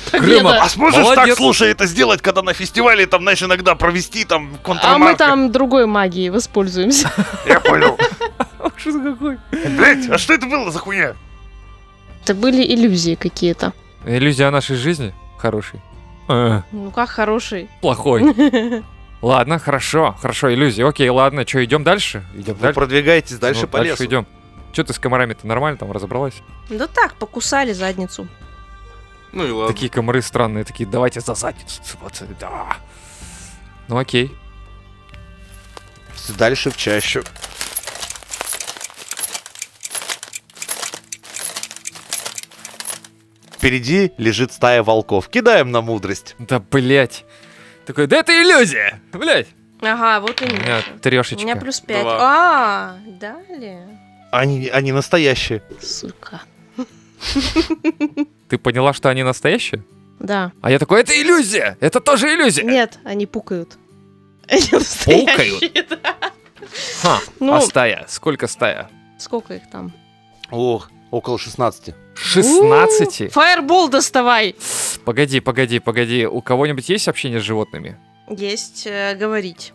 Крыма.
А сможешь так,
Молодец.
слушай, это сделать, когда на фестивале, там, знаешь, иногда провести, там,
А мы
контрамарка?
там другой магией воспользуемся.
Я понял.
Что за какой?
Блядь, а что это было за хуйня?
Это были иллюзии какие-то.
Иллюзия о нашей жизни? Хороший. Э,
Ну как хороший.
Плохой. Ладно, хорошо, хорошо, иллюзия. Окей, ладно, что, идем дальше? Идем
Вы
дальше.
продвигаетесь дальше
Ну,
по лесу.
идем. Че ты с комарами-то нормально там разобралась?
Да так, покусали задницу.
Ну и ладно.
Такие комары странные, такие, давайте за задницу цепаться, да. Ну окей.
Дальше в чащу. Впереди лежит стая волков. Кидаем на мудрость.
Да блять. Такой, да это иллюзия! Блять!
Ага, вот и
У меня
нет. Хм. У меня
трешечка.
плюс пять. А, далее.
Они, они настоящие.
Сука.
Ты поняла, что они настоящие?
Да.
А я такой, это иллюзия! Это тоже
Э.
иллюзия!
Нет, они пукают. Они настоящие, да.
Ха,
Ну.
А стая? Сколько стая?
Сколько их там?
Ох, около 16.
16?
Фаербол доставай!
Погоди, погоди, погоди. У кого-нибудь есть общение с животными?
Есть э, говорить.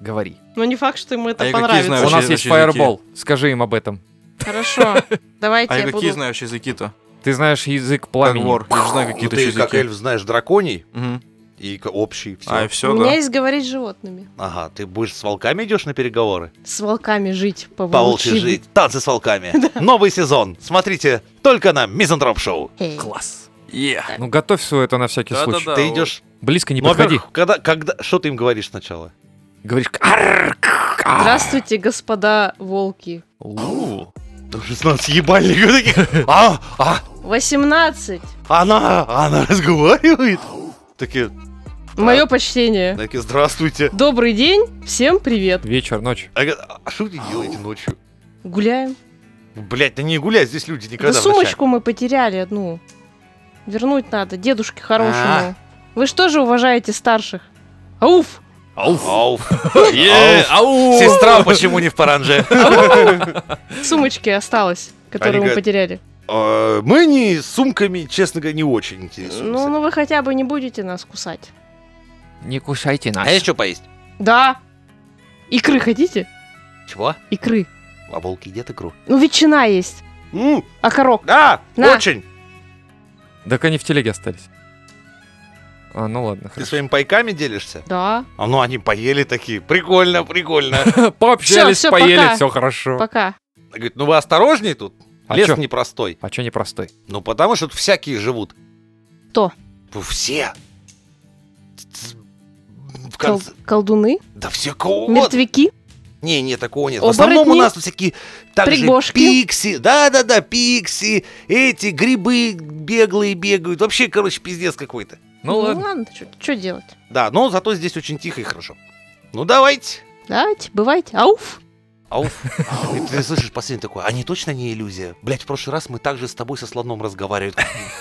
Говори.
Но не факт, что им это
А я какие
понравится.
знаю?
У нас
вообще
есть
языки.
фаербол. Скажи им об этом.
Хорошо. Давайте
А я
я
какие
буду.
знаешь языки-то?
ты знаешь язык
Как
пламени.
вор. Я же знаю какие-то
Ну,
Ну,
ты
еще
как
языки.
эльф знаешь драконий,
Мгм.
И к- общий, все.
А, и все,
У меня
да.
есть говорить с животными.
Ага, ты будешь с волками идешь на переговоры?
С волками жить, по
По волчьи жить, танцы с волками. Новый сезон. Смотрите только на Мизантроп Шоу.
Эй.
Класс.
Е.
Ну, готовь все это на всякий
Да-да-да.
случай.
Ты
вот.
идешь.
Близко не
Ну,
подходи.
во-первых, когда, когда, что ты им говоришь сначала?
Говоришь, «Арр, кх, а».
Здравствуйте, господа волки.
Лу.
Да 16 ебальников таких. А, а,
18.
она, она разговаривает. Такие,
Мое почтение.
такие, здравствуйте.
Добрый день, всем привет.
Вечер, ночь.
А я говорю, а что вы делаете ночью?
Гуляем.
Блять, да не гуляй, здесь люди никогда
да
в ночах.
сумочку мы потеряли одну. Вернуть надо, дедушке
А.
хорошему. Вы что же уважаете старших? Ауф!
Ауф. Ауф.
Е, ау.
Сестра почему не в паранже?
В сумочке осталось, которую мы
говорят,
потеряли.
Э, Мы не сумками, честно говоря, не очень
Ну,
интересуемся.
ну вы хотя бы не будете нас кусать.
Не кусайте нас.
А есть что поесть?
Да! Икры хотите?
Чего?
Икры.
А волки едят икру?
Ну, ветчина есть.
М,
Окорок.
Да,
На.
очень.
Так они в телеге остались. А, ну ладно.
Ты своими пайками делишься?
Да.
А ну они поели такие. Прикольно, прикольно.
хорошо. Пообщались,
всё,
поели,
пока.
все хорошо.
Пока.
Говорит, ну вы осторожней тут.
А
Лес
чё?
непростой.
А чё непростой?
Ну потому что тут всякие живут.
Кто?
Ну, Все. Ц- В
Кол-
конце.
колдуны,
Да все кого угодно.
мертвяки.
Не, не, такого нет.
Оборотни?
В основном у нас тут всякие так же
Пригошки?
пикси. Да-да-да, пикси. Эти грибы беглые бегают. Вообще, короче, пиздец какой-то.
Ну ладно.
что делать?
Да, но зато здесь очень тихо и хорошо. Ну давайте.
Давайте, бывайте. Ауф!
Ауф. И ты слышишь последний такой, а не точно не иллюзия? Блять, в прошлый раз мы также с тобой со слоном разговаривали.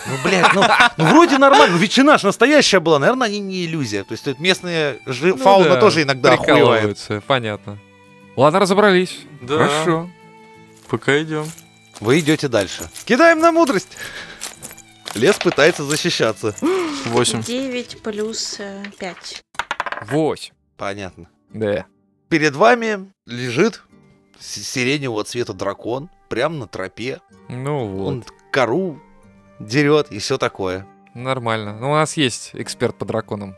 Ну, блять, ну, ну, вроде нормально, ну, ветчина ж настоящая была, наверное, они не иллюзия. То есть тут местная жи-
Ну
фауна
да,
тоже иногда охуевает.
Прикалываются, понятно. Ладно, разобрались.
Да.
Хорошо.
Пока идем.
Вы идете дальше. Кидаем на мудрость. Лес пытается защищаться.
Восемь.
9 плюс 5.
Восемь.
Понятно.
Да.
Перед вами лежит с- сиреневого цвета дракон, прямо на тропе.
Ну вот.
Он кору дерет и все такое.
Нормально. Ну, у нас есть эксперт по драконам.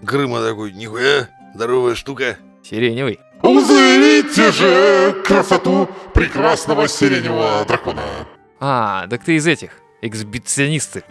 Грыма такой, нихуя, здоровая штука.
Сиреневый.
Узрите же красоту прекрасного сиреневого дракона.
А, так ты из этих. Эксбиционисты.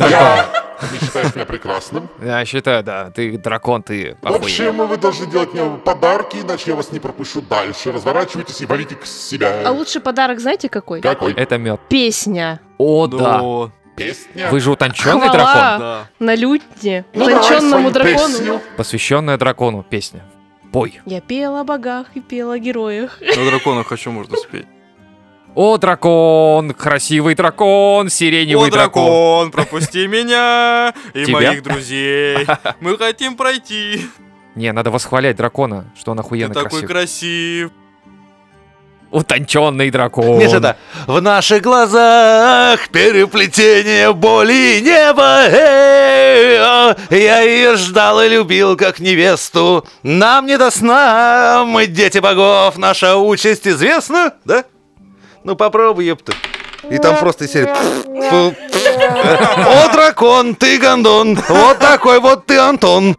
Я... Ты считаешь меня прекрасным?
Я считаю, да, ты дракон, ты
Вообще,
охуенный.
мы вы должны делать мне подарки, иначе я вас не пропущу дальше. Разворачивайтесь и валите к
А
себя.
лучший подарок знаете какой?
Какой?
Это мед.
Песня
О,
ну,
да.
Да.
Песня?
Вы же утонченный
Хвала.
дракон.
Да.
на лютне,
Ну, давай
утонченному
свою
дракону.
песню.
Посвященная дракону песня. Пой.
Я пела о богах и пела о героях.
На дракона хочу, можно спеть.
О, дракон, красивый дракон, сиреневый
О, дракон, пропусти меня и
Тебя?
моих друзей. Мы хотим пройти.
Не, надо восхвалять дракона, что он
Ты
охуенно
такой
красивый.
красив.
Утонченный дракон.
Нет, это в наших глазах переплетение боли и неба. Эй, а, я ее ждал и любил, как невесту. Нам не до сна, мы дети богов, наша участь известна, да? Ну попробуй, ёпта. И там просто из серии «Пф, пф, пф». О, дракон, ты гондон, вот такой вот ты, Антон.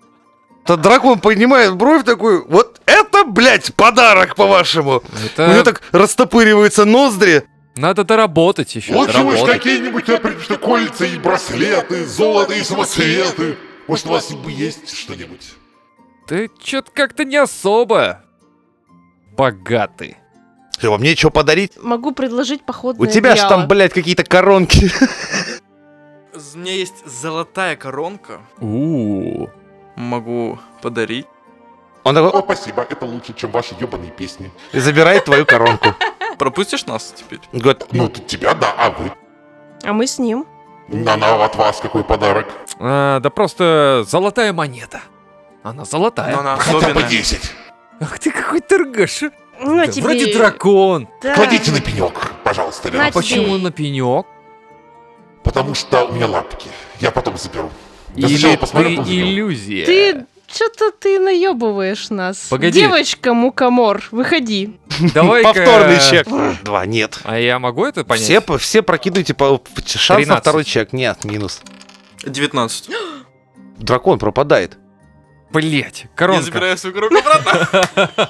Тот дракон поднимает бровь такой, вот это, блядь, подарок, по-вашему.
Это
У него так растопыриваются ноздри.
Надо доработать еще.
Лучше уж какие-нибудь например, кольца и браслеты, золото и самоцветы. Может, у вас бы есть что-нибудь?
Ты чё-то как-то не особо богатый.
Все, мне что подарить?
Могу предложить
У
походное
тебя же там,
одеяло.
блядь, какие-то коронки.
У меня есть золотая коронка.
у
Могу подарить.
Он такой,
О, спасибо, это лучше, чем ваши ебаные песни.
и забирает твою коронку.
Пропустишь нас теперь?
Он Говорит,
Ну, тут тебя, да, а вы?
А мы с ним.
На, на, от вас какой подарок.
А, да просто золотая монета. Она золотая.
Но она
Хотя бы
особенная.
10.
Ах ты какой торгаш. а.
Ну,
Да,
а тебе...
Вроде дракон.
Да.
Кладите на пенек, пожалуйста, Лена.
На тебе.
Почему на пенек?
Потому что у меня лапки. Я потом заберу. Я
Или
сначала посмотрю, а
ты
потом заберу.
иллюзия?
Ты... Что-то ты наебываешь нас.
Погоди.
Девочка мукомор, выходи.
Давай-ка-
повторный чек. Два, нет.
А я могу это понять?
Все, по- все прокидывайте по шанс на
13.
второй чек. Нет, минус.
19.
дракон пропадает.
Блять,
Я
коронка.
забираю свою коробку обратно.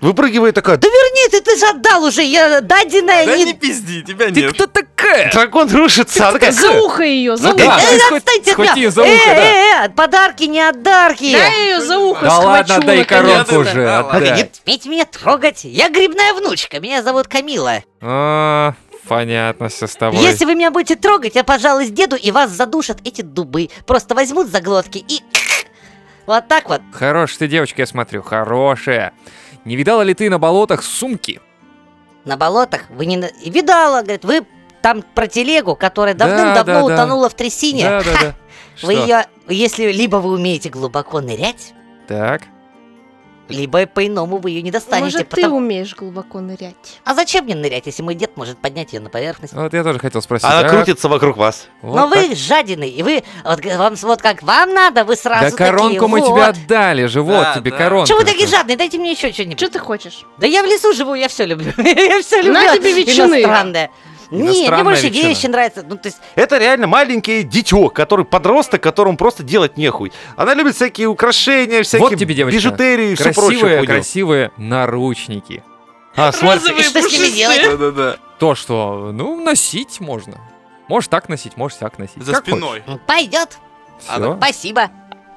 Выпрыгивает такая, да
Верни ты, ты же отдал уже, я даденная
Да
не... Э,
не пизди, тебя
Ты
нет.
кто такая?
дракон рушится. Она такая,
За ухо ее, за
Ну
ухо.
да,
Э,
ты схвати-
отстань от меня!
схвати ее за
Э,
ухо, да.
э, э, подарки не отдарки!
Да, я ее за ухо
Да
схвачу,
ладно, дай
наконец-то.
коронку уже,
Да ладно.
отдай.
Смейте меня трогать! Я грибная внучка, меня зовут Камила.
А, Понятно все с тобой.
Если вы меня будете трогать, я пожалуюсь деду, и вас задушат эти дубы. Просто возьмут за глотки и... Вот так вот.
Хорошая ты девочка, я смотрю, хорошая. Не видала ли ты на болотах сумки?
На болотах вы не... на- Видала, говорит, вы там про телегу, которая
Да,
давным-давно
да, да.
утонула в трясине.
Да, да, да.
Вы
Что?
ее... Если либо вы умеете глубоко нырять,
Так.
либо по-иному вы ее не достанете.
Может, ты
потому-
умеешь глубоко нырять?
А зачем мне нырять, если мой дед может поднять ее на поверхность?
Вот я тоже хотел спросить.
Она
а,
крутится вокруг вас.
Э, вот
Но
так.
вы жадины, и вы вот, г- вам с- вот как вам надо, вы
Да
сразу такие,
коронку мы тебе
вот.
отдали же, вот
Да,
тебе
да.
коронка.
Чего вы такие жадные? Дайте мне еще что-нибудь.
Что ты хочешь?
Да я в лесу живу, я все люблю. я все люблю.
На тебе ветчины.
Иностранное. Не, мне
Иностранная
больше
ветчина.
вещи нравятся. Ну, то есть,
Это реально маленькое дитё, который подросток, которому просто делать нехуй. Она любит всякие украшения, всякие
тебе, девочка,
бижутерии и все прочее.
Красивые,
хуйню.
красивые наручники.
А, смотри,
и что с ними делать?
Да-да-да.
То, что, ну, носить можно. Можешь так носить, можешь так носить.
За
Как
спиной.
Пойдет.
Все.
Спасибо.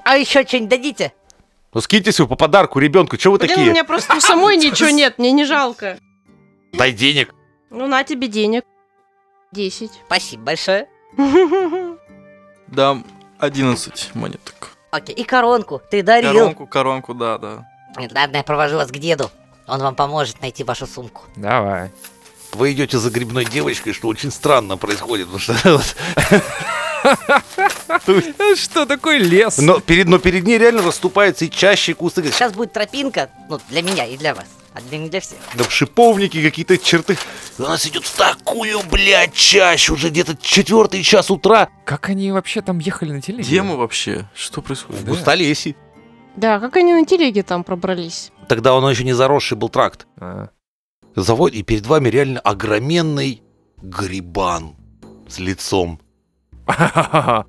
А еще что-нибудь дадите?
ну скиньте себе по подарку ребенку, чего вы
Блин,
такие?
у меня просто у самой ничего нет, мне не жалко.
Дай денег.
Ну, на тебе денег. Десять.
Спасибо большое.
Дам 11 монеток.
Окей, и коронку. Ты дарил.
Коронку, коронку, да, да.
Ладно, я провожу вас к деду. Он вам поможет найти вашу сумку.
Давай.
Вы идете за грибной девочкой, что очень странно происходит, потому что вот,
Э, Что такое лес?
но перед, но перед ней реально расступаются и чаще кусты, как-
Сейчас будет тропинка, ну, для меня и для вас. А для не для всех.
да, шиповники, какие-то черты. У нас идет в такую, блядь, чаще уже где-то четвертый час утра.
Как они вообще там ехали на телеге?
Где мы вообще? Что происходит?
В густолесье.
Да, как они на телеге там пробрались?
Тогда он еще не заросший был тракт.
А,
Завод, и перед вами реально огроменный грибан с лицом. Такая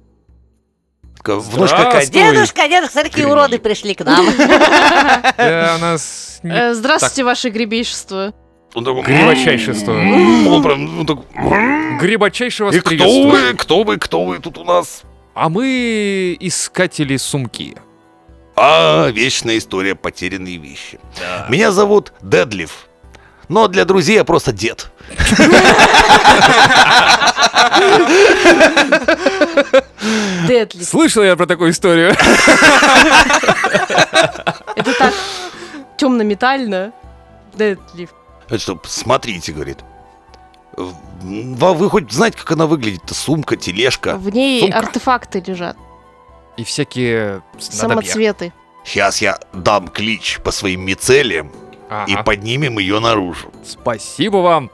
Внучка какая
Здравствуй. Ой.
Дедушка, дедушка, смотри, какие
Гринч.
уроды пришли к нам.
Да, у нас не...
Э, Здравствуйте, ваше гребейшество.
Он такой,
Грибочайшество.
«М-м-м». Он прям,
ну,
он такой, «М-м».
Грибочайшего
И кто вы, кто вы, кто вы тут у нас?
А мы искатели сумки.
А, вечная история потерянные вещи. Меня зовут Дедлиф. Но для друзей я просто дед.
Дедли.
Слышал я про такую историю.
Это так темно-метально. Дедли.
Это что, смотрите, говорит. «В- Ва- Вы хоть знаете, как она выглядит? Сумка, тележка.
В ней
Сумка.
артефакты лежат.
И всякие снадобья.
Самоцветы.
Сейчас я дам клич по своим мицелиям и
Ага.
поднимем ее наружу.
Спасибо вам,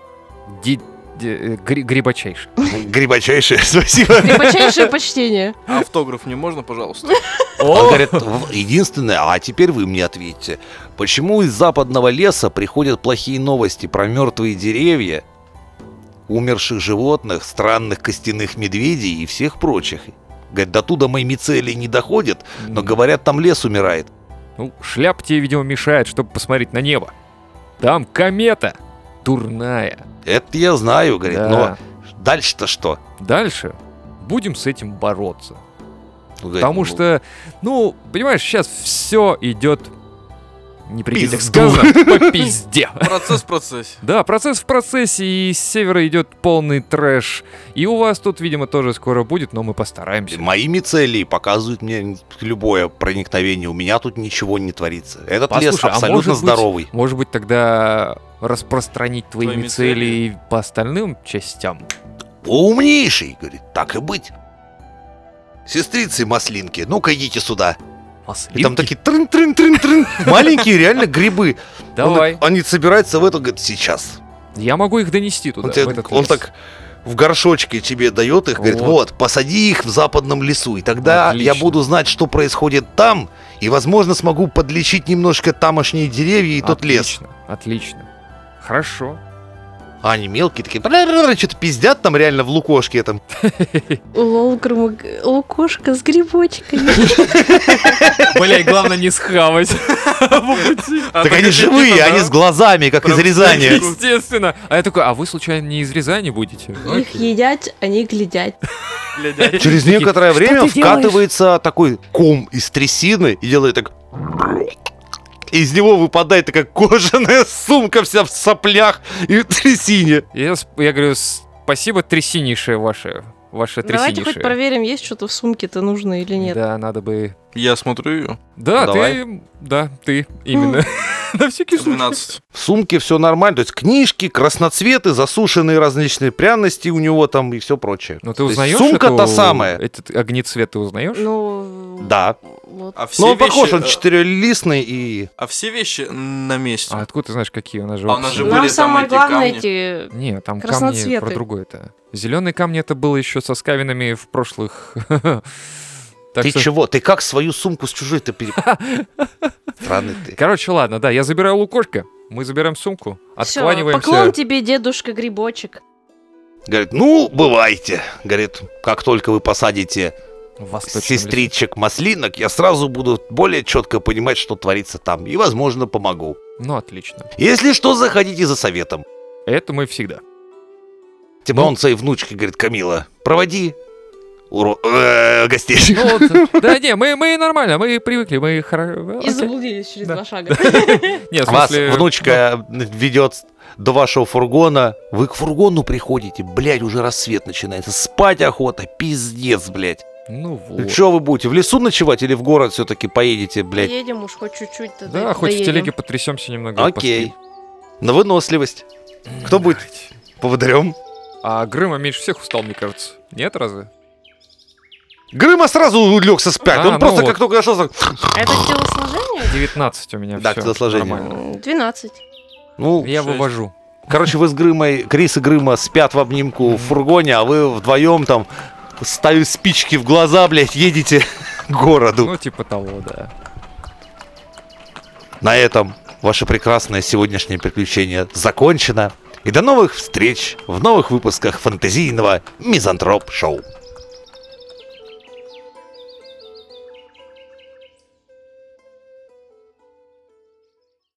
ди- де- э, гри- грибочайший.
Грибочайшее спасибо.
Глубочайшее почтение.
Автограф мне можно, пожалуйста?
Он говорит, «В- единственное, а теперь вы мне ответьте, почему из западного леса приходят плохие новости про мертвые деревья, умерших животных, странных костяных медведей и всех прочих? Говорит, до туда мои мицелии не доходят, но говорят, там лес умирает.
Ну, шляп тебе, видимо, мешает, чтобы посмотреть на небо. Там комета дурная.
Это я знаю, говорит,
Да.
но дальше-то что?
Дальше будем с этим бороться.
Он говорит,
Потому
«Ну,
что, ну, понимаешь, сейчас все идет не прикинь, так
Пизду.
сказано, по пизде.
Процесс в процессе.
Да, процесс в процессе, и с севера идет полный трэш. И у вас тут, видимо, тоже скоро будет, но мы постараемся.
Мои мицелии показывают мне любое проникновение. У меня тут ничего не творится. Этот лес
Послушай, а
абсолютно
может быть-
здоровый.
Может быть, тогда распространить твои
Твои
мицелии по остальным частям?
Умнейший, говорит, так и быть. Сестрицы маслинки, ну-ка идите сюда. И там
Маслинки?
такие трын-трын-трын-трын. Маленькие реально грибы. Он
Давай.
так- они собираются в это, говорит, сейчас.
Я могу их донести туда.
он тебе-
в этот
он
лес.
так в горшочке тебе дает их, говорит,
Вот.
вот, посади их в западном лесу, и тогда
Отлично.
я буду знать, что происходит там, и, возможно, смогу подлечить немножко тамошние деревья и тот лес.
Отлично, Отлично. Хорошо.
А они мелкие такие, «Бррррр», что-то пиздят там реально в лукошке этом.
Лол, громок- О, кошка с грибочками.
Блять, главное не схавать.
А
так
так
они
это
живые,
видно,
они
да?
с глазами, как из
Прям
Рязани.
всякие.
Естественно. А я такой, а вы случайно не из Рязани будете?
Их едят, они глядят.
Глядя.
Через
Такие,
некоторое
«Что
время
ты делаешь?»
вкатывается такой ком из трясины и делает так... Из него выпадает такая кожаная сумка вся в соплях и в трясине.
Я, с- я говорю, спасибо, трясинейшее ваше. Ваше
Давайте хоть
трясинейшее».
проверим, есть что-то в сумке-то нужно или нет.
Да, надо бы...
Я смотрю ее.
Да,
Давай.
ты... Да, ты. Именно.
Хм.
На всякий случай.
12.
В сумке все нормально, то есть книжки, красноцветы, засушенные различные пряности у него там и все прочее.
Ну ты
То есть
узнаешь
Сумка та
эту- э,
самая.
Этот огнецвет ты узнаешь?
Ну,
Да.
вот.
А все
Но он похож,
вещи,
он
э,
четырелистный и...
А все вещи на месте.
А откуда ты знаешь, какие у нас же
А у нас
опции?
же
Нам
были там
самое
эти
главное
камни.
эти...
Не, там камни
Красноцветы.
про другое-то. Зеленые камни это было еще со скавинами в прошлых. Так
ты
что-
чего? Ты как свою сумку с чужой-то пере... Странный ты.
Короче, ладно, да, я забираю лукошко, мы забираем сумку,
Всё,
откланиваемся.
поклон тебе, дедушка Грибочек.
Говорит, ну, бывайте. Говорит, как только вы посадите
в восточном лесу.
сестричек маслинок, я сразу буду более четко понимать, что творится там. И, возможно, помогу.
Ну, отлично.
Если что, заходите за советом.
Это мы всегда.
Типа
Ну.
он своей внучке говорит, Камила, проводи уро... э, гостей.
Ну, вот, да не, мы, мы нормально, мы привыкли, мы хорошо.
И заблудились через
Да.
два шага.
Нет, в
Вас
смысле, ну.
внучка ведет до вашего фургона. Вы к фургону приходите, блядь, уже рассвет начинается. Спать охота, пиздец, блядь.
Ну
Чё
вот.
Что вы будете, в лесу ночевать или в город все-таки поедете, блядь?
Едем уж хоть чуть-чуть. да
Да,
до-
хоть в
доедем.
телеге потрясемся немного.
Окей. На выносливость. Кто будет поводырем?
поспим. А Грыма меньше всех устал, мне кажется. Нет, разве?
Грыма сразу улегся спать.
А,
Он
ну
просто
вот.
как только зашел, так,
А Это телосложение?
19 у меня
Да,
всё,
телосложение.
нормально.
М, 12.
ну,
Я
Шесть.
вывожу.
короче, вы с Грымой, Крис и Грыма спят в обнимку в фургоне, а вы вдвоем там ставят спички в глаза, блядь, едете к городу.
Ну, типа того, да.
На этом ваше прекрасное сегодняшнее приключение закончено. И до новых встреч в новых выпусках фантазийного Мизантроп Шоу.